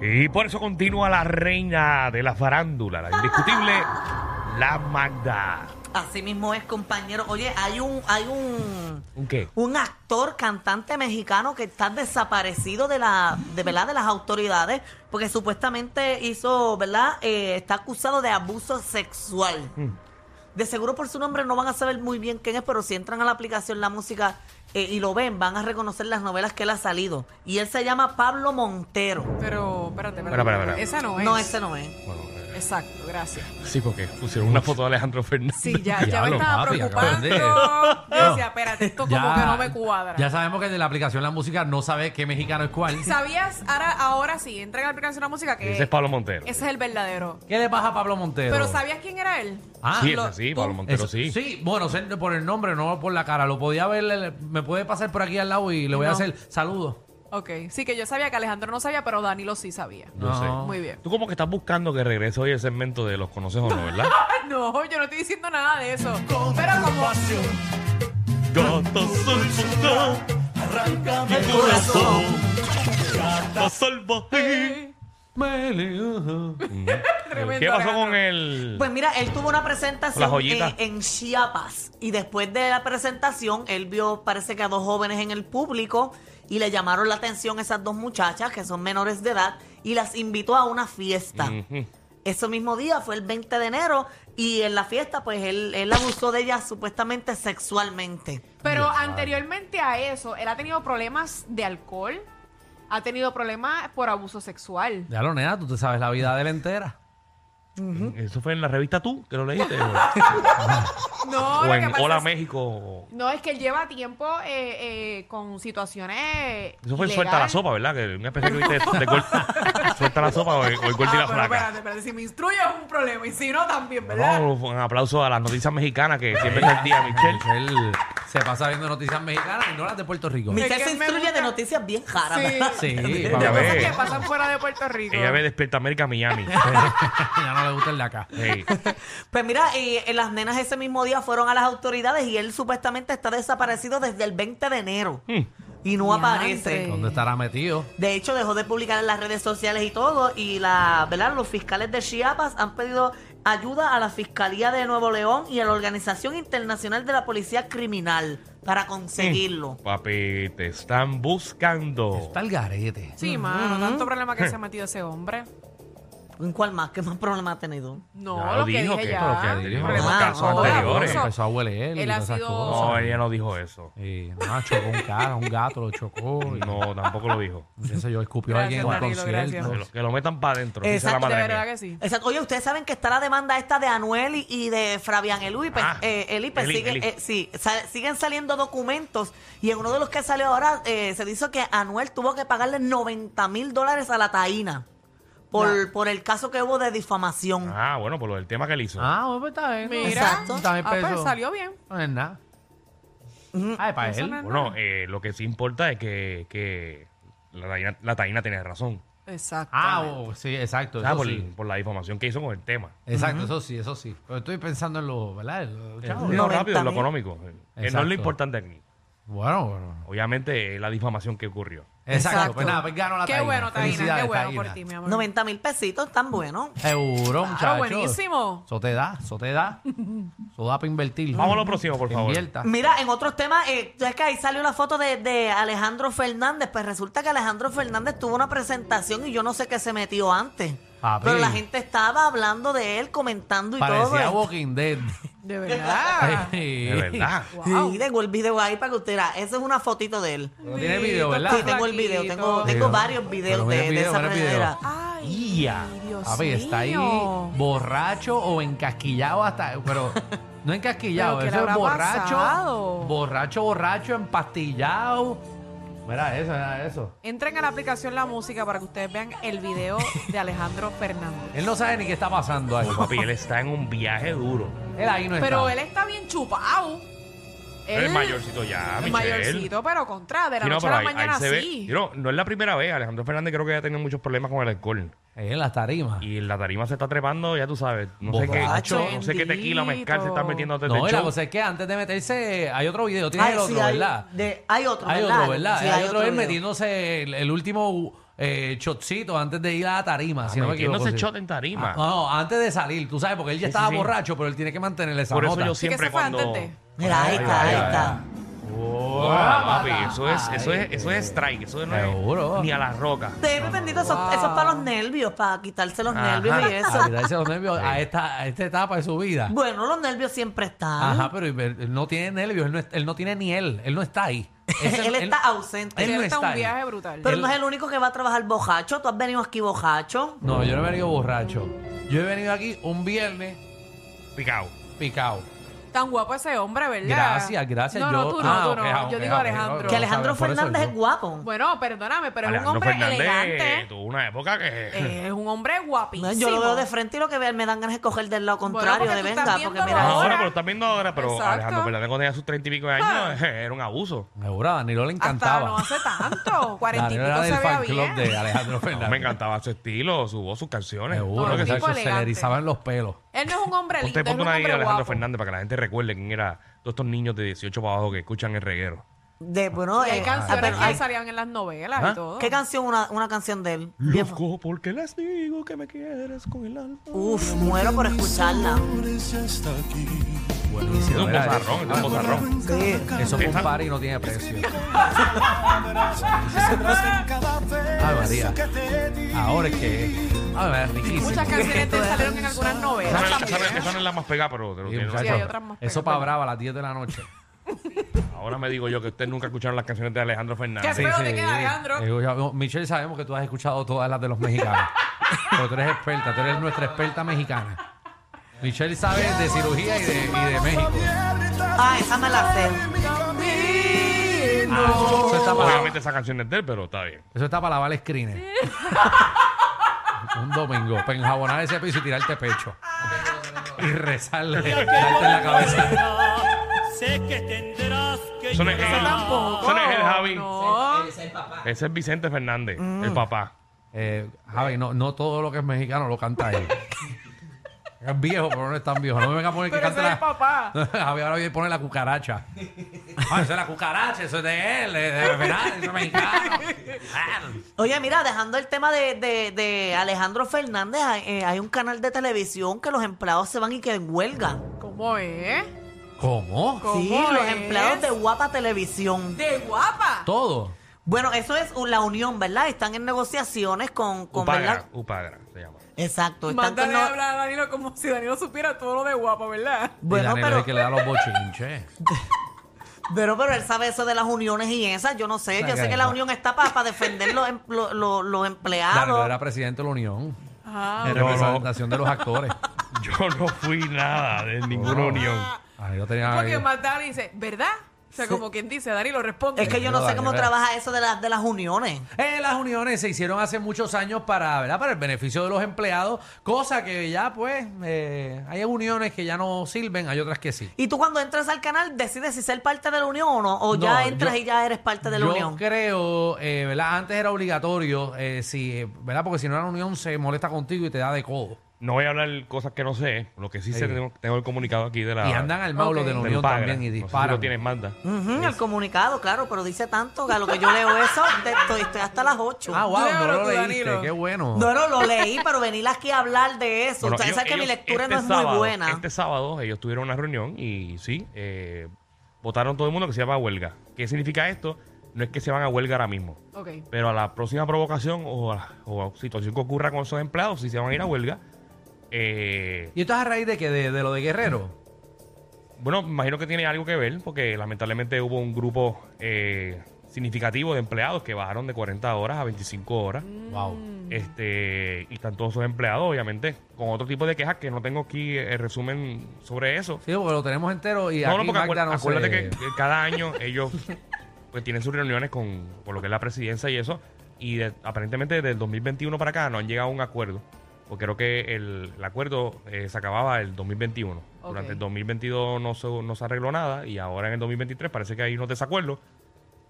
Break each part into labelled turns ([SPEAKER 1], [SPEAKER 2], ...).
[SPEAKER 1] Y por eso continúa la reina de la farándula, la indiscutible, la Magda.
[SPEAKER 2] Así mismo es, compañero. Oye, hay un, hay un,
[SPEAKER 1] ¿Un qué?
[SPEAKER 2] un actor, cantante mexicano que está desaparecido de la, de verdad, de las autoridades, porque supuestamente hizo, ¿verdad? Eh, está acusado de abuso sexual.
[SPEAKER 1] Mm,
[SPEAKER 2] De seguro por su nombre no van a saber muy bien quién es, pero si entran a la aplicación La Música eh, y lo ven, van a reconocer las novelas que él ha salido. Y él se llama Pablo Montero.
[SPEAKER 3] Pero, espérate, espérate.
[SPEAKER 1] Espera, espera, espera.
[SPEAKER 3] Esa no es.
[SPEAKER 2] No, ese no es.
[SPEAKER 1] Bueno, eh,
[SPEAKER 3] Exacto, gracias.
[SPEAKER 1] sí, porque pusieron una foto de Alejandro Fernández.
[SPEAKER 3] Sí, ya, ya me
[SPEAKER 4] Diablo,
[SPEAKER 3] estaba
[SPEAKER 4] papi, acabas
[SPEAKER 3] preocupando.
[SPEAKER 4] de-
[SPEAKER 3] Yo decía,
[SPEAKER 4] No.
[SPEAKER 3] espérate, esto como que no me cuadra.
[SPEAKER 4] Ya sabemos que de la aplicación la música no sabe qué mexicano es cuál.
[SPEAKER 3] ¿Sabías? Ahora, ahora sí, entra en la aplicación de la música que
[SPEAKER 1] Ese es Pablo Montero.
[SPEAKER 3] ese es el verdadero.
[SPEAKER 4] ¿Qué le pasa a Pablo Montero?
[SPEAKER 3] Pero ¿sabías quién era él?
[SPEAKER 4] Ah,
[SPEAKER 1] sí,
[SPEAKER 4] lo-
[SPEAKER 1] ese sí, Pablo
[SPEAKER 3] tú-
[SPEAKER 1] Montero
[SPEAKER 4] eso-
[SPEAKER 1] sí.
[SPEAKER 4] Sí, bueno, sé por el nombre, no por la cara. Lo podía ver, le- le- me puede pasar por aquí al lado y le voy a
[SPEAKER 3] No.
[SPEAKER 4] hacer saludos.
[SPEAKER 3] Ok, sí que yo sabía que Alejandro no sabía, pero Danilo sí sabía.
[SPEAKER 1] Yo
[SPEAKER 4] No.
[SPEAKER 1] sé.
[SPEAKER 3] Muy bien.
[SPEAKER 1] Tú como que estás buscando que regrese hoy el segmento de los conoces o no, ¿verdad?
[SPEAKER 3] No, yo no estoy diciendo nada de eso. Pero como...
[SPEAKER 5] Gato salvaje, arranca mi corazón. Gata salvaje.
[SPEAKER 4] Me le-
[SPEAKER 3] Tremendo
[SPEAKER 1] Mm. ¿Qué pasó
[SPEAKER 3] regalo.
[SPEAKER 1] con el...?
[SPEAKER 2] Pues mira, él tuvo una
[SPEAKER 1] La
[SPEAKER 2] presentación
[SPEAKER 1] joyita.
[SPEAKER 2] eh, en Chiapas y después de la presentación él vio parece que a dos jóvenes en el público y le llamaron la atención esas dos muchachas que son menores de edad y las invitó a una fiesta.
[SPEAKER 1] Ujú.
[SPEAKER 2] Ese mismo día fue el 20 de enero y en la fiesta pues él, él abusó de ellas supuestamente sexualmente.
[SPEAKER 3] Pero anteriormente a eso, él ha tenido problemas de alcohol, ha tenido problemas por abuso sexual.
[SPEAKER 4] Ya lo nena, tú te sabes la vida de él entera.
[SPEAKER 3] ¿Mm?
[SPEAKER 1] Eso fue en la revista Tú, que lo leíste.
[SPEAKER 3] No,
[SPEAKER 1] o
[SPEAKER 3] lo que
[SPEAKER 1] en
[SPEAKER 3] pasa
[SPEAKER 1] Hola
[SPEAKER 3] es-
[SPEAKER 1] México. o-
[SPEAKER 3] No, es que él lleva tiempo eh, eh, con situaciones.
[SPEAKER 1] Eso fue en
[SPEAKER 3] ilegales.
[SPEAKER 1] Suelta la Sopa, ¿verdad? Que una especie que viste de, de Gor- Suelta la Sopa o el, o el Gordo y la
[SPEAKER 3] Ah, pero
[SPEAKER 1] Flaca.
[SPEAKER 3] espérate, espérate, si me instruye es un problema y si no también, ¿verdad?
[SPEAKER 1] No, un aplauso a las noticias mexicanas que siempre sentía Michelle.
[SPEAKER 4] Él se pasa viendo noticias mexicanas y no las de Puerto Rico.
[SPEAKER 3] Mi-
[SPEAKER 2] Michelle
[SPEAKER 3] que
[SPEAKER 2] se
[SPEAKER 3] me
[SPEAKER 2] instruye
[SPEAKER 3] gusta-
[SPEAKER 2] de noticias bien raras.
[SPEAKER 3] Sí.
[SPEAKER 4] Sí,
[SPEAKER 3] Las
[SPEAKER 4] Pablo.
[SPEAKER 3] cosas
[SPEAKER 1] ve.
[SPEAKER 3] que pasan fuera de Puerto Rico.
[SPEAKER 1] Ella ve Despierta América Miami.
[SPEAKER 4] ya no le gusta el de acá.
[SPEAKER 3] Eh.
[SPEAKER 1] Ey.
[SPEAKER 2] Pues mira, eh, eh, las nenas ese mismo día fueron a las autoridades y él supuestamente está desaparecido desde el 20 de enero y no aparece.
[SPEAKER 4] ¿Dónde estará metido?
[SPEAKER 2] De hecho, dejó de publicar en las redes sociales y todo. Y la, ¿verdad? los fiscales de Chiapas han pedido ayuda a la Fiscalía de Nuevo León y a la Organización Internacional de la Policía Criminal para conseguirlo.
[SPEAKER 1] Papi, te están buscando.
[SPEAKER 4] Está el garete.
[SPEAKER 3] Sí, mano, tanto problema que se ha metido ese hombre.
[SPEAKER 2] ¿En ¿Cuál más? ¿Qué más problema ha tenido?
[SPEAKER 3] No,
[SPEAKER 1] Ya
[SPEAKER 3] lo,
[SPEAKER 1] lo
[SPEAKER 3] que
[SPEAKER 1] dijo,
[SPEAKER 3] dije
[SPEAKER 1] que
[SPEAKER 3] ya.
[SPEAKER 4] lo que dijo.
[SPEAKER 3] Problemas
[SPEAKER 2] Ah,
[SPEAKER 3] de
[SPEAKER 2] casos
[SPEAKER 3] alcohol,
[SPEAKER 1] anteriores.
[SPEAKER 3] abuso.
[SPEAKER 4] Empezó a huele él.
[SPEAKER 3] Él
[SPEAKER 4] y
[SPEAKER 3] ha
[SPEAKER 4] todas esas
[SPEAKER 3] sido-
[SPEAKER 4] cosas.
[SPEAKER 1] No, ella no dijo eso.
[SPEAKER 4] Y no, Eh, chocó un cara, un gato, lo chocó. y-
[SPEAKER 1] No, tampoco lo dijo.
[SPEAKER 4] qué sé yo, escupió
[SPEAKER 3] Gracias,
[SPEAKER 4] a alguien
[SPEAKER 3] Danilo,
[SPEAKER 4] en un
[SPEAKER 1] Que
[SPEAKER 4] concierto.
[SPEAKER 1] lo, que lo metan para adentro. dice
[SPEAKER 2] Exacto,
[SPEAKER 1] la
[SPEAKER 3] De
[SPEAKER 1] madre
[SPEAKER 3] verdad
[SPEAKER 1] mía.
[SPEAKER 3] que sí.
[SPEAKER 2] Exacto. Oye, ustedes saben que está la demanda esta de Anuel y- y de Fabián Eluí. pues,
[SPEAKER 1] Ah,
[SPEAKER 2] eh, Eli, pues,
[SPEAKER 1] Eli,
[SPEAKER 2] sigue-
[SPEAKER 1] Eli.
[SPEAKER 2] eh, sí, sa- siguen saliendo documentos y en uno de los que salió ahora eh, se dice que Anuel tuvo que pagarle 90 mil dólares a la Taína por, por el caso que hubo de difamación.
[SPEAKER 1] Ah, bueno, por lo del tema que él hizo.
[SPEAKER 4] Ah, bueno, pues está bien.
[SPEAKER 3] Mira.
[SPEAKER 2] Exacto.
[SPEAKER 4] Está bien
[SPEAKER 3] Ah, pues
[SPEAKER 4] peso.
[SPEAKER 3] salió bien.
[SPEAKER 4] No es nada. Ah, es para
[SPEAKER 3] Eso
[SPEAKER 4] él.
[SPEAKER 3] no es-
[SPEAKER 1] Bueno, eh, lo que sí importa es que, que la, taína, la Taína tenía razón.
[SPEAKER 3] Exacto.
[SPEAKER 4] Ah, oh, sí, exacto.
[SPEAKER 1] O sea,
[SPEAKER 4] Eso
[SPEAKER 1] por,
[SPEAKER 4] sí.
[SPEAKER 1] por la difamación que hizo con el tema.
[SPEAKER 4] Exacto, eso sí, eso sí. Pero estoy pensando en lo, ¿verdad? En lo- chavo.
[SPEAKER 1] No, rápido, lo
[SPEAKER 2] 90.000.
[SPEAKER 1] económico. Eh, no es
[SPEAKER 4] Exacto.
[SPEAKER 1] lo importante aquí.
[SPEAKER 4] Bueno, bueno.
[SPEAKER 1] Obviamente, eh, la difamación que ocurrió.
[SPEAKER 4] Exacto.
[SPEAKER 2] Exacto.
[SPEAKER 4] Pues nada, pues ganó la
[SPEAKER 3] Qué
[SPEAKER 4] Taína.
[SPEAKER 3] bueno, Taina, qué
[SPEAKER 4] Felicidades,
[SPEAKER 3] bueno por
[SPEAKER 4] Taína.
[SPEAKER 3] ti, mi amor.
[SPEAKER 2] 90 mil pesitos, tan bueno.
[SPEAKER 4] Seguro, muchachos.
[SPEAKER 3] buenísimo.
[SPEAKER 4] Eso te da, eso te da. Eso da para invertir.
[SPEAKER 1] Vamos a lo próximo, por favor.
[SPEAKER 4] Invierta.
[SPEAKER 2] Mira, en otros temas, eh, tú sabes que ahí salió la foto de, de Alejandro Fernández. Pues resulta que Alejandro Fernández tuvo una presentación y yo no sé qué se metió antes.
[SPEAKER 4] Papi.
[SPEAKER 2] Pero la gente estaba hablando de él, comentando y
[SPEAKER 4] Parecía
[SPEAKER 2] todo.
[SPEAKER 4] Walking Dead.
[SPEAKER 3] De verdad.
[SPEAKER 4] Sí.
[SPEAKER 1] De verdad.
[SPEAKER 2] Sí, tengo el video ahí para que usted vea. Esa es una fotito de él.
[SPEAKER 4] No tiene video, ¿verdad?
[SPEAKER 2] Sí, tengo el video. Tengo,
[SPEAKER 3] Flaquito.
[SPEAKER 2] tengo varios videos
[SPEAKER 4] Pero
[SPEAKER 2] de,
[SPEAKER 4] mira el
[SPEAKER 2] de
[SPEAKER 4] video,
[SPEAKER 2] esa
[SPEAKER 4] mira el video.
[SPEAKER 2] manera.
[SPEAKER 3] Ay, Dios
[SPEAKER 4] Papi,
[SPEAKER 3] mío.
[SPEAKER 4] está ahí borracho o encasquillado hasta. Pero no encasquillado,
[SPEAKER 3] ¿Pero qué le
[SPEAKER 4] eso es
[SPEAKER 3] habrá
[SPEAKER 4] borracho.
[SPEAKER 3] pasado?
[SPEAKER 4] Borracho, borracho, empastillado. Mira eso, mira eso.
[SPEAKER 3] Entren a la aplicación La Música para que ustedes vean el video de Alejandro Fernández.
[SPEAKER 4] Él no sabe ni qué está pasando ahí.
[SPEAKER 1] Pues, papi, él está en un viaje duro.
[SPEAKER 4] Él ahí no
[SPEAKER 3] Pero
[SPEAKER 4] está.
[SPEAKER 3] él está bien chupado.
[SPEAKER 1] Él es mayorcito ya,
[SPEAKER 3] es
[SPEAKER 1] Michelle.
[SPEAKER 3] mayorcito, pero contra, de la
[SPEAKER 1] Sí, no,
[SPEAKER 3] noche
[SPEAKER 1] pero
[SPEAKER 3] a la
[SPEAKER 1] ahí- ahí
[SPEAKER 3] mañana
[SPEAKER 1] se ve.
[SPEAKER 3] sí.
[SPEAKER 1] Yo no, no es la primera vez. Alejandro Fernández creo que ya tenía muchos problemas con el alcohol.
[SPEAKER 4] Él en las tarimas.
[SPEAKER 1] Y la tarima se está trepando, ya tú sabes. No
[SPEAKER 4] Borracho.
[SPEAKER 1] sé qué, no sé qué tequila mezcal se está metiendo antes
[SPEAKER 4] No,
[SPEAKER 1] del
[SPEAKER 4] y la
[SPEAKER 1] show.
[SPEAKER 4] cosa es que antes de meterse, hay otro video, tiene
[SPEAKER 2] Ay,
[SPEAKER 4] el otro,
[SPEAKER 2] sí, hay,
[SPEAKER 4] ¿verdad?
[SPEAKER 2] de- hay otro,
[SPEAKER 4] Hay
[SPEAKER 2] ¿verdad?
[SPEAKER 4] otro, ¿verdad?
[SPEAKER 2] Sí,
[SPEAKER 4] hay, otro, él
[SPEAKER 2] video.
[SPEAKER 4] metiéndose el, el último eh, shotcito antes de ir a la tarima, si no me
[SPEAKER 1] Amén, que él
[SPEAKER 4] equivoco.
[SPEAKER 1] Ah, no se
[SPEAKER 4] sí.
[SPEAKER 1] shot en tarima.
[SPEAKER 4] Ah, no, no, antes de salir, tú sabes, porque él ya
[SPEAKER 1] Sí, sí,
[SPEAKER 4] estaba
[SPEAKER 1] sí.
[SPEAKER 4] borracho, pero él tiene que mantenerle esa
[SPEAKER 1] Por eso
[SPEAKER 4] nota.
[SPEAKER 1] yo
[SPEAKER 3] Sí que
[SPEAKER 1] siempre
[SPEAKER 3] se fue
[SPEAKER 1] cuando.
[SPEAKER 3] antes de.
[SPEAKER 2] Mira, ahí está, ahí está.
[SPEAKER 1] Oh, papi, eso es, eso es, eso es strike, eso no
[SPEAKER 4] Ah, Seguro.
[SPEAKER 1] es ni a la roca.
[SPEAKER 2] Sí, pues, bendito, eso, eso es para los nervios, para quitarse los
[SPEAKER 1] Ajá.
[SPEAKER 2] nervios y eso.
[SPEAKER 4] A quitarse Ah, los nervios a esta, a esta etapa de su vida.
[SPEAKER 2] Bueno, los nervios siempre están.
[SPEAKER 4] Ajá, pero él él no tiene nervios, él no, es- él no tiene ni él, él no está ahí.
[SPEAKER 2] Él está ausente.
[SPEAKER 4] él no
[SPEAKER 3] Él está
[SPEAKER 4] está
[SPEAKER 3] un
[SPEAKER 4] ahí.
[SPEAKER 3] viaje brutal.
[SPEAKER 2] Pero
[SPEAKER 4] él-
[SPEAKER 2] no es el único que va a trabajar bojacho. Tú has venido aquí bojacho.
[SPEAKER 4] No, yo no he venido borracho. Yo he venido aquí un viernes
[SPEAKER 1] Picao.
[SPEAKER 4] picado.
[SPEAKER 3] Tan guapo ese hombre, ¿verdad?
[SPEAKER 4] Gracias, gracias.
[SPEAKER 3] No,
[SPEAKER 4] Yo-
[SPEAKER 3] no, tú no,
[SPEAKER 4] Ah,
[SPEAKER 3] tú
[SPEAKER 4] ok,
[SPEAKER 3] no.
[SPEAKER 4] ah, ok,
[SPEAKER 3] yo digo
[SPEAKER 4] ah, ok,
[SPEAKER 3] Alejandro.
[SPEAKER 4] ok.
[SPEAKER 2] Que
[SPEAKER 4] Pero,
[SPEAKER 2] Alejandro
[SPEAKER 4] ¿sabes? Por eso
[SPEAKER 2] Fernández
[SPEAKER 4] yo-
[SPEAKER 2] es guapo.
[SPEAKER 3] Bueno, perdóname, pero es un
[SPEAKER 1] Alejandro
[SPEAKER 3] hombre
[SPEAKER 1] Fernández
[SPEAKER 3] elegante. Eh,
[SPEAKER 1] tuvo una época que. eh,
[SPEAKER 3] Es un hombre guapísimo.
[SPEAKER 2] No, yo lo veo de frente y lo que ve- me dan ganas de coger del lado
[SPEAKER 3] Bueno,
[SPEAKER 2] contrario,
[SPEAKER 3] porque
[SPEAKER 2] de
[SPEAKER 3] tú
[SPEAKER 2] venga,
[SPEAKER 3] estás
[SPEAKER 2] porque
[SPEAKER 3] viéndolo
[SPEAKER 2] mira.
[SPEAKER 1] Ahora,
[SPEAKER 3] ahora-
[SPEAKER 1] pero están viendo ahora, pero
[SPEAKER 3] Exacto. Ah.
[SPEAKER 1] Alejandro Fernández cuando tenía sus treinta y pico de años era un abuso.
[SPEAKER 4] Seguro, a Danilo le
[SPEAKER 3] Hasta
[SPEAKER 4] encantaba.
[SPEAKER 3] no hace tanto. Cuarenta y
[SPEAKER 4] Danilo era
[SPEAKER 3] pico
[SPEAKER 4] del
[SPEAKER 3] se veía
[SPEAKER 4] fan club
[SPEAKER 3] bien.
[SPEAKER 4] de Alejandro
[SPEAKER 1] No,
[SPEAKER 4] Fernández.
[SPEAKER 1] me encantaba su estilo, su voz, sus canciones.
[SPEAKER 4] Seguro,
[SPEAKER 3] Todo
[SPEAKER 4] que
[SPEAKER 1] que
[SPEAKER 3] tipo
[SPEAKER 1] sí.
[SPEAKER 4] exacto, se le
[SPEAKER 3] elegante.
[SPEAKER 4] erizaban los pelos.
[SPEAKER 3] Él no es un hombre lindo,
[SPEAKER 1] Usted
[SPEAKER 3] él es
[SPEAKER 1] ponte
[SPEAKER 3] un
[SPEAKER 1] una ahí de
[SPEAKER 3] hombre
[SPEAKER 1] Alejandro
[SPEAKER 3] guapo.
[SPEAKER 1] Fernández para que la gente recuerde quién era todos estos niños de 18 para abajo que escuchan el reguero.
[SPEAKER 2] De, bueno,
[SPEAKER 3] Y hay
[SPEAKER 2] eh, ah,
[SPEAKER 3] canciones
[SPEAKER 2] pero
[SPEAKER 3] que
[SPEAKER 2] hay-
[SPEAKER 3] salían en las novelas
[SPEAKER 1] ¿Ah?
[SPEAKER 3] y todo.
[SPEAKER 2] ¿Qué canción? Una, una canción de él.
[SPEAKER 1] Loco, porque les digo que me quieres con el alma.
[SPEAKER 3] Uh,
[SPEAKER 2] Uf, muero por escucharla.
[SPEAKER 1] Es
[SPEAKER 4] Buenísimo.
[SPEAKER 1] un
[SPEAKER 4] era-
[SPEAKER 1] bozarrón, es un bozarrón.
[SPEAKER 2] Sí.
[SPEAKER 4] Eso fue un
[SPEAKER 1] Esa-
[SPEAKER 4] par y no tiene precio. Ay, María. Ahora es que. A ver, riquísimo.
[SPEAKER 3] Muchas canciones de él salieron en algunas
[SPEAKER 1] Esa no
[SPEAKER 3] novelas
[SPEAKER 1] es- esa no es-
[SPEAKER 3] también. ¿eh?
[SPEAKER 1] esa no es la más pegada, pero pero
[SPEAKER 4] Sí,
[SPEAKER 1] tiene una-
[SPEAKER 4] muchacho,
[SPEAKER 3] Sí, hay otras más
[SPEAKER 4] Eso
[SPEAKER 3] pegadas.
[SPEAKER 4] para brava a las 10 de la noche.
[SPEAKER 1] Ahora me digo yo que ustedes nunca escucharon las canciones de Alejandro Fernández.
[SPEAKER 3] Qué feo te queda, Alejandro.
[SPEAKER 4] Eh, ya, no, Michelle, sabemos que tú has escuchado todas las de los mexicanos. pero tú eres experta, tú eres nuestra experta mexicana. Michelle sabe de cirugía y de, y de México.
[SPEAKER 2] Ah, esa me la sé.
[SPEAKER 4] Eso está para,
[SPEAKER 1] Obviamente esa canción es de él, pero está bien.
[SPEAKER 4] eso está para lavar screener. Un domingo, para enjabonar ese piso y tirarte pecho. Y rezarle, darte en la cabeza.
[SPEAKER 5] Sé que tendrás que
[SPEAKER 1] Eso no es él.
[SPEAKER 3] Tampoco.
[SPEAKER 1] Eso no es él, Javi.
[SPEAKER 3] No.
[SPEAKER 1] Ese es Vicente Fernández,
[SPEAKER 2] Mm.
[SPEAKER 1] el papá.
[SPEAKER 4] Eh, Javi, no, no todo lo que es mexicano lo canta él. Es viejo, pero no es tan viejo. No me venga a poner que
[SPEAKER 3] Pero
[SPEAKER 4] canta
[SPEAKER 3] ese es el
[SPEAKER 4] la...
[SPEAKER 3] papá.
[SPEAKER 4] Javi ahora viene y pone la cucaracha. Ah, eso es la cucaracha, eso es de él, de, de Fernández, eso es mexicano. Claro.
[SPEAKER 2] Oye, mira, dejando el tema de, de- de Alejandro Fernández, hay, eh, hay un canal de televisión que los empleados se van y que en huelga.
[SPEAKER 3] ¿Cómo es?
[SPEAKER 4] ¿Cómo?
[SPEAKER 3] ¿Cómo
[SPEAKER 2] Sí, los
[SPEAKER 3] es?
[SPEAKER 2] empleados de Guapa Televisión.
[SPEAKER 3] ¡De guapa!
[SPEAKER 4] Todo.
[SPEAKER 2] Bueno, eso es un- la unión, ¿verdad? Están en negociaciones con, con
[SPEAKER 1] Upagra,
[SPEAKER 2] ¿verdad?
[SPEAKER 1] Upagra se llama.
[SPEAKER 2] Exacto. Están
[SPEAKER 3] Mándale
[SPEAKER 2] con
[SPEAKER 3] a
[SPEAKER 2] no-
[SPEAKER 3] hablar a Danilo como si Danilo supiera todo lo de guapa, ¿verdad?
[SPEAKER 4] y
[SPEAKER 2] Bueno,
[SPEAKER 4] Daniel es el
[SPEAKER 2] pero,
[SPEAKER 4] que le da los bochinches.
[SPEAKER 2] pero, pero él sabe eso de las uniones y esas, yo no sé.
[SPEAKER 4] Saca
[SPEAKER 2] Yo sé que
[SPEAKER 4] eso.
[SPEAKER 2] la unión está para defender los, em- lo- lo- los
[SPEAKER 4] Danilo
[SPEAKER 2] empleados.
[SPEAKER 4] era presidente de la Unión.
[SPEAKER 3] Ah,
[SPEAKER 4] En
[SPEAKER 1] No, no.
[SPEAKER 4] representación de los actores.
[SPEAKER 1] Yo no fui nada de ninguna
[SPEAKER 4] Oh.
[SPEAKER 1] unión.
[SPEAKER 4] Danilo tenía...
[SPEAKER 3] porque más Dani dice, ¿verdad? O sea, como quien dice, Dani lo responde.
[SPEAKER 2] Es que yo no sé cómo trabaja eso de las, de las uniones.
[SPEAKER 4] Eh, las uniones se hicieron hace muchos años para, ¿verdad? para el beneficio de los empleados, cosa que ya pues eh, hay uniones que ya no sirven, hay otras que sí.
[SPEAKER 2] Y tú cuando entras al canal decides si ser parte de la unión o no, o ya
[SPEAKER 4] No,
[SPEAKER 2] entras
[SPEAKER 4] yo-
[SPEAKER 2] y ya eres parte de la
[SPEAKER 4] yo
[SPEAKER 2] unión.
[SPEAKER 4] creo, eh, ¿verdad? Antes era obligatorio, eh, si, eh, ¿verdad? Porque si no la unión se molesta contigo y te da de codo.
[SPEAKER 1] No voy a hablar cosas que no sé. Lo que sí sé,
[SPEAKER 4] Sí.
[SPEAKER 1] tengo, tengo el comunicado aquí de la.
[SPEAKER 4] Y andan al maul los de la
[SPEAKER 1] del
[SPEAKER 4] unión
[SPEAKER 1] Upagra.
[SPEAKER 4] también y
[SPEAKER 1] No sé si
[SPEAKER 4] disparan.
[SPEAKER 1] lo tienes, manda.
[SPEAKER 2] Ujú, el comunicado, claro, pero dice tanto que a lo que yo leo eso, te- estoy, estoy hasta las 8.
[SPEAKER 4] ah, wow, no
[SPEAKER 3] Claro,
[SPEAKER 4] lo
[SPEAKER 3] tú,
[SPEAKER 4] leíste,
[SPEAKER 3] Danilo.
[SPEAKER 4] qué bueno.
[SPEAKER 2] No, no, lo leí, pero venir aquí a hablar de eso.
[SPEAKER 1] Bueno,
[SPEAKER 2] Ustedes
[SPEAKER 1] ellos-
[SPEAKER 2] saben que mi
[SPEAKER 1] ellos
[SPEAKER 2] lectura
[SPEAKER 1] este
[SPEAKER 2] no es muy
[SPEAKER 1] sábado-
[SPEAKER 2] buena.
[SPEAKER 1] Este sábado ellos tuvieron una reunión y sí, eh, votaron todo el mundo que se llama huelga. ¿Qué significa esto? No es que se van a huelga ahora mismo.
[SPEAKER 3] Ok.
[SPEAKER 1] Pero a la próxima provocación o, a- o a situación que ocurra con esos empleados, si se van a ir a huelga, eh,
[SPEAKER 4] ¿Y esto es a raíz de que de, de lo de Guerrero?
[SPEAKER 1] bueno, me imagino que tiene algo que ver, porque lamentablemente hubo un grupo eh, significativo de empleados que bajaron de 40 horas a 25 horas.
[SPEAKER 2] Mm.
[SPEAKER 4] Wow.
[SPEAKER 1] Este, y están todos sus empleados, obviamente, con otro tipo de quejas que no tengo aquí el resumen sobre eso.
[SPEAKER 4] Sí, porque lo tenemos entero y
[SPEAKER 1] No,
[SPEAKER 4] aquí
[SPEAKER 1] no, porque acuérdate,
[SPEAKER 4] Magda no se-
[SPEAKER 1] acuérdate que que cada año ellos pues tienen sus reuniones con, con lo que es la presidencia y eso. Y de- aparentemente desde el 2021 para acá no han llegado a un acuerdo. Porque creo que el, el acuerdo eh, se acababa el 2021.
[SPEAKER 3] Ok.
[SPEAKER 1] Durante el 2022 no se, no se arregló nada y ahora en el 2023 parece que hay unos desacuerdos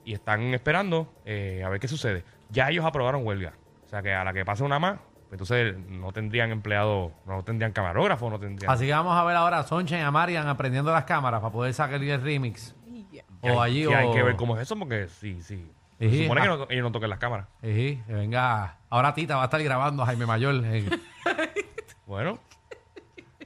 [SPEAKER 1] y están esperando eh, a ver qué sucede. Ya ellos aprobaron huelga. O sea que a la que pase una más, pues entonces no tendrían empleado, no tendrían camarógrafo, no tendrían...
[SPEAKER 4] Así que vamos a ver ahora a Soncha y a Marian aprendiendo las cámaras para poder sacar el remix.
[SPEAKER 3] Y ya.
[SPEAKER 1] Y hay-
[SPEAKER 4] O allí
[SPEAKER 1] y
[SPEAKER 4] o...
[SPEAKER 1] hay que ver cómo es eso porque sí, sí. Se
[SPEAKER 4] Ejí,
[SPEAKER 1] supone que
[SPEAKER 4] ah,
[SPEAKER 1] no- ellos no toquen las cámaras.
[SPEAKER 4] ejí, que venga. Ahora Tita va a estar grabando a Jaime Mayor. eh.
[SPEAKER 1] Bueno,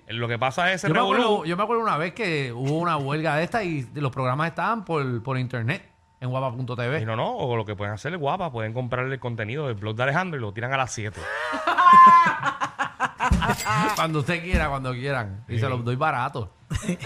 [SPEAKER 1] lo que pasa es ese
[SPEAKER 4] Yo me, acuerdo,
[SPEAKER 1] revolú.
[SPEAKER 4] yo me acuerdo una vez que hubo una huelga de esta y los programas estaban por, por internet en
[SPEAKER 1] Y
[SPEAKER 4] guapa.tv.
[SPEAKER 1] no, no, o lo que pueden hacer es guapa, pueden comprarle el contenido del blog de Alejandro y lo tiran a las 7. Ah.
[SPEAKER 4] Cuando usted quiera, cuando quieran. Y se los doy barato.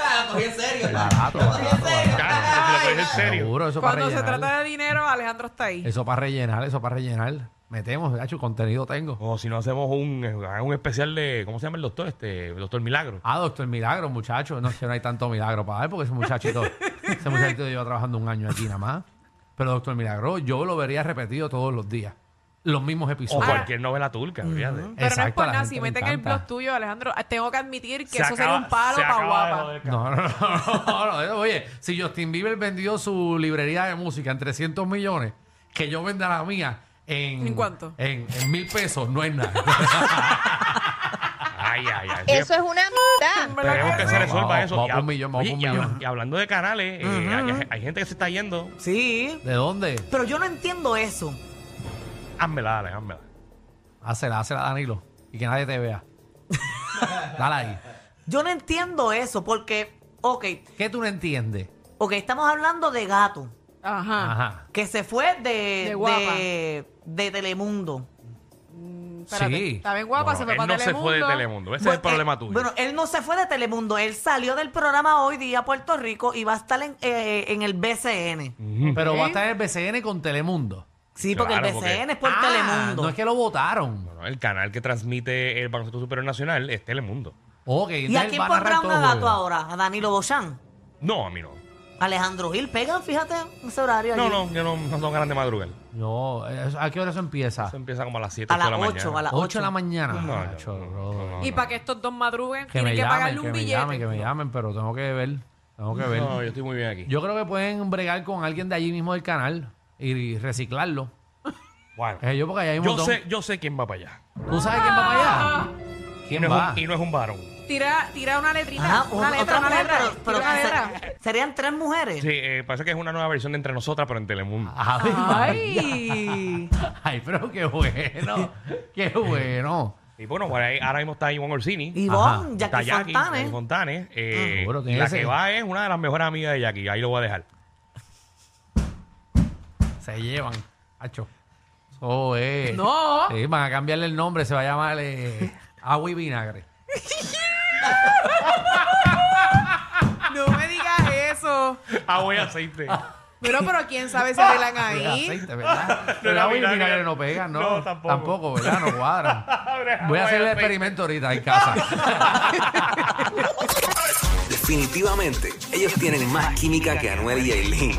[SPEAKER 2] Ah, lo cogí en serio.
[SPEAKER 4] Barato,
[SPEAKER 2] Lo cogí en
[SPEAKER 4] barato,
[SPEAKER 2] serio.
[SPEAKER 1] en serio.
[SPEAKER 4] Seguro, eso
[SPEAKER 3] Cuando
[SPEAKER 4] para
[SPEAKER 3] se
[SPEAKER 4] rellenar.
[SPEAKER 3] trata de dinero, Alejandro está ahí.
[SPEAKER 4] Eso para rellenar, eso para rellenar. Metemos, hecho contenido tengo.
[SPEAKER 1] O si no hacemos un, un especial de, ¿cómo se llama el doctor? Este, el doctor Milagro.
[SPEAKER 4] Ah, doctor Milagro, muchacho. No sé, no hay tanto milagro para dar porque ese muchachito, ese muchachito lleva trabajando un año aquí nada más. Pero doctor Milagro, yo lo vería repetido todos los días. Los mismos
[SPEAKER 1] O
[SPEAKER 4] episodios.
[SPEAKER 1] cualquier novela turca, fíjate.
[SPEAKER 3] Ah, Pero no es
[SPEAKER 4] Exacto,
[SPEAKER 3] por
[SPEAKER 4] la
[SPEAKER 3] nada,
[SPEAKER 4] gente
[SPEAKER 3] si
[SPEAKER 4] me
[SPEAKER 3] meten el
[SPEAKER 4] encanta.
[SPEAKER 3] blog tuyo, Alejandro, ah, tengo que admitir que
[SPEAKER 1] Se
[SPEAKER 3] eso sería
[SPEAKER 1] acaba-
[SPEAKER 3] un palo
[SPEAKER 1] se
[SPEAKER 3] para
[SPEAKER 1] acaba de
[SPEAKER 3] guapa.
[SPEAKER 1] joder, cabrón.
[SPEAKER 4] No, no, no, no, no, Oye, si Justin Bieber vendió su librería de música en 300 millones, que yo venda la mía en...
[SPEAKER 3] ¿En cuánto?
[SPEAKER 4] En, en mil pesos, no es nada.
[SPEAKER 1] Ay, ay, ay.
[SPEAKER 6] Eso es una mierda.
[SPEAKER 3] ¿Verdad
[SPEAKER 1] Tenemos que
[SPEAKER 3] que
[SPEAKER 1] se
[SPEAKER 3] sí?
[SPEAKER 1] resuelva
[SPEAKER 4] Vamos,
[SPEAKER 1] eso.
[SPEAKER 4] vamos
[SPEAKER 1] Y
[SPEAKER 4] por
[SPEAKER 1] hab-
[SPEAKER 4] un millón, vamos
[SPEAKER 1] Oye,
[SPEAKER 4] por un
[SPEAKER 1] y hab-
[SPEAKER 4] millón.
[SPEAKER 1] Y hablando de canales, eh, hay, hay gente que se está yendo.
[SPEAKER 2] Sí.
[SPEAKER 4] ¿De dónde?
[SPEAKER 2] Pero yo no entiendo eso.
[SPEAKER 1] Házmela, dale, házmela.
[SPEAKER 4] Hácela, hácela, Danilo. Y que nadie te vea. Dale ahí.
[SPEAKER 2] Yo no entiendo eso porque, ok,
[SPEAKER 4] ¿Qué tú no entiendes?
[SPEAKER 2] ok, estamos hablando de gato
[SPEAKER 3] Ajá.
[SPEAKER 4] Ajá.
[SPEAKER 2] que se fue de,
[SPEAKER 3] De Guapa.
[SPEAKER 2] de, de Telemundo.
[SPEAKER 3] Espérate,
[SPEAKER 4] Sí.
[SPEAKER 3] Está bien guapa,
[SPEAKER 1] No,
[SPEAKER 3] se
[SPEAKER 1] no,
[SPEAKER 3] fue
[SPEAKER 1] él
[SPEAKER 3] para
[SPEAKER 1] no se
[SPEAKER 3] Telemundo.
[SPEAKER 1] fue de Telemundo. Ese
[SPEAKER 2] Bueno,
[SPEAKER 1] es el problema
[SPEAKER 2] eh,
[SPEAKER 1] tuyo.
[SPEAKER 2] Bueno, él no se fue de Telemundo, él salió del programa hoy día a Puerto Rico y va a estar en, eh, en el BCN.
[SPEAKER 4] Pero va a estar el BCN con Telemundo.
[SPEAKER 2] Sí, porque
[SPEAKER 1] Claro,
[SPEAKER 2] el
[SPEAKER 1] porque-
[SPEAKER 2] BCN es por
[SPEAKER 4] Ah,
[SPEAKER 2] Telemundo.
[SPEAKER 4] No es que lo votaron.
[SPEAKER 1] No, no, el canal que transmite el Banco Superior Nacional es Telemundo.
[SPEAKER 4] Ok,
[SPEAKER 2] ¿Y a quién pondrá un gato ahora? ¿A Danilo Bochán?
[SPEAKER 1] No, a mí no.
[SPEAKER 2] Alejandro Gil, pegan, fíjate, ese horario.
[SPEAKER 1] No,
[SPEAKER 2] allí.
[SPEAKER 1] no, yo no, no tengo ganas de madrugar.
[SPEAKER 4] No, eso- ¿a qué hora eso empieza?
[SPEAKER 1] Eso empieza como a las 7
[SPEAKER 2] A
[SPEAKER 1] de la
[SPEAKER 2] las
[SPEAKER 1] mañana.
[SPEAKER 2] 8, a las
[SPEAKER 4] 8
[SPEAKER 2] 8.
[SPEAKER 4] de la mañana.
[SPEAKER 1] No,
[SPEAKER 4] Ah,
[SPEAKER 1] no,
[SPEAKER 4] chorro.
[SPEAKER 1] no, no,
[SPEAKER 3] Y
[SPEAKER 1] no.
[SPEAKER 3] para que estos dos madruguen,
[SPEAKER 4] Que me
[SPEAKER 3] tienen que
[SPEAKER 4] llamen,
[SPEAKER 3] pagarle
[SPEAKER 4] que
[SPEAKER 3] un
[SPEAKER 4] me
[SPEAKER 3] billete.
[SPEAKER 4] llamen, que me llamen, pero tengo que ver. Tengo que ver.
[SPEAKER 1] No, yo estoy muy bien aquí.
[SPEAKER 4] Yo creo que pueden bregar con alguien de allí mismo del canal y reciclarlo.
[SPEAKER 1] Bueno,
[SPEAKER 4] Es eh, yo porque allá hay un
[SPEAKER 1] yo
[SPEAKER 4] montón.
[SPEAKER 1] sé, yo sé quién va para allá.
[SPEAKER 4] ¿Tú sabes quién va para allá?
[SPEAKER 1] Y
[SPEAKER 4] ¿Quién
[SPEAKER 1] no,
[SPEAKER 4] va?
[SPEAKER 1] Es un, y no es un varón.
[SPEAKER 3] Tira, tira una letrita.
[SPEAKER 2] Ajá,
[SPEAKER 3] una
[SPEAKER 2] otra,
[SPEAKER 3] letra,
[SPEAKER 2] Ah, otra
[SPEAKER 3] una
[SPEAKER 2] mujer,
[SPEAKER 3] letra.
[SPEAKER 2] pero, pero
[SPEAKER 3] tira una
[SPEAKER 2] que
[SPEAKER 3] letra.
[SPEAKER 2] ser- serían tres mujeres.
[SPEAKER 1] Sí, eh, parece que es una nueva versión de Entre Nosotras, pero en Telemundo.
[SPEAKER 4] Ave María.
[SPEAKER 3] Ay.
[SPEAKER 4] Ah, Ay, pero qué bueno. Qué bueno.
[SPEAKER 1] Y bueno, por ahí, ahora mismo está Ivonne Orsini.
[SPEAKER 4] Ajá,
[SPEAKER 2] Ivonne,
[SPEAKER 1] Está
[SPEAKER 2] Jackie
[SPEAKER 1] Jackie
[SPEAKER 2] Fontanes.
[SPEAKER 1] Jackie Fontanes. eh,
[SPEAKER 4] Ah, Seguro, tiene
[SPEAKER 1] la
[SPEAKER 4] ese-
[SPEAKER 1] que va es una de las mejores amigas de Jackie. Ahí lo voy a dejar.
[SPEAKER 4] Se llevan. Hacho. Eso es.
[SPEAKER 3] No.
[SPEAKER 4] eh, Sí, van a cambiarle el nombre, se va a llamar eh, agua y vinagre.
[SPEAKER 3] No me digas eso.
[SPEAKER 1] Agua y Ah, aceite. no
[SPEAKER 3] Pero, pero quién sabe si arreglan
[SPEAKER 4] El
[SPEAKER 3] ahí.
[SPEAKER 4] aceite, ¿verdad? Pero
[SPEAKER 1] era
[SPEAKER 4] agua y
[SPEAKER 1] vinagre.
[SPEAKER 4] vinagre no pegan, ¿no?
[SPEAKER 1] No, tampoco. pues.
[SPEAKER 4] ¿verdad? No cuadran.
[SPEAKER 1] Ahora,
[SPEAKER 4] Voy a
[SPEAKER 1] agua y
[SPEAKER 4] hacer el
[SPEAKER 1] aceite.
[SPEAKER 4] experimento ahorita en casa.
[SPEAKER 7] Definitivamente, ellos tienen más química que Anuel y Aileen.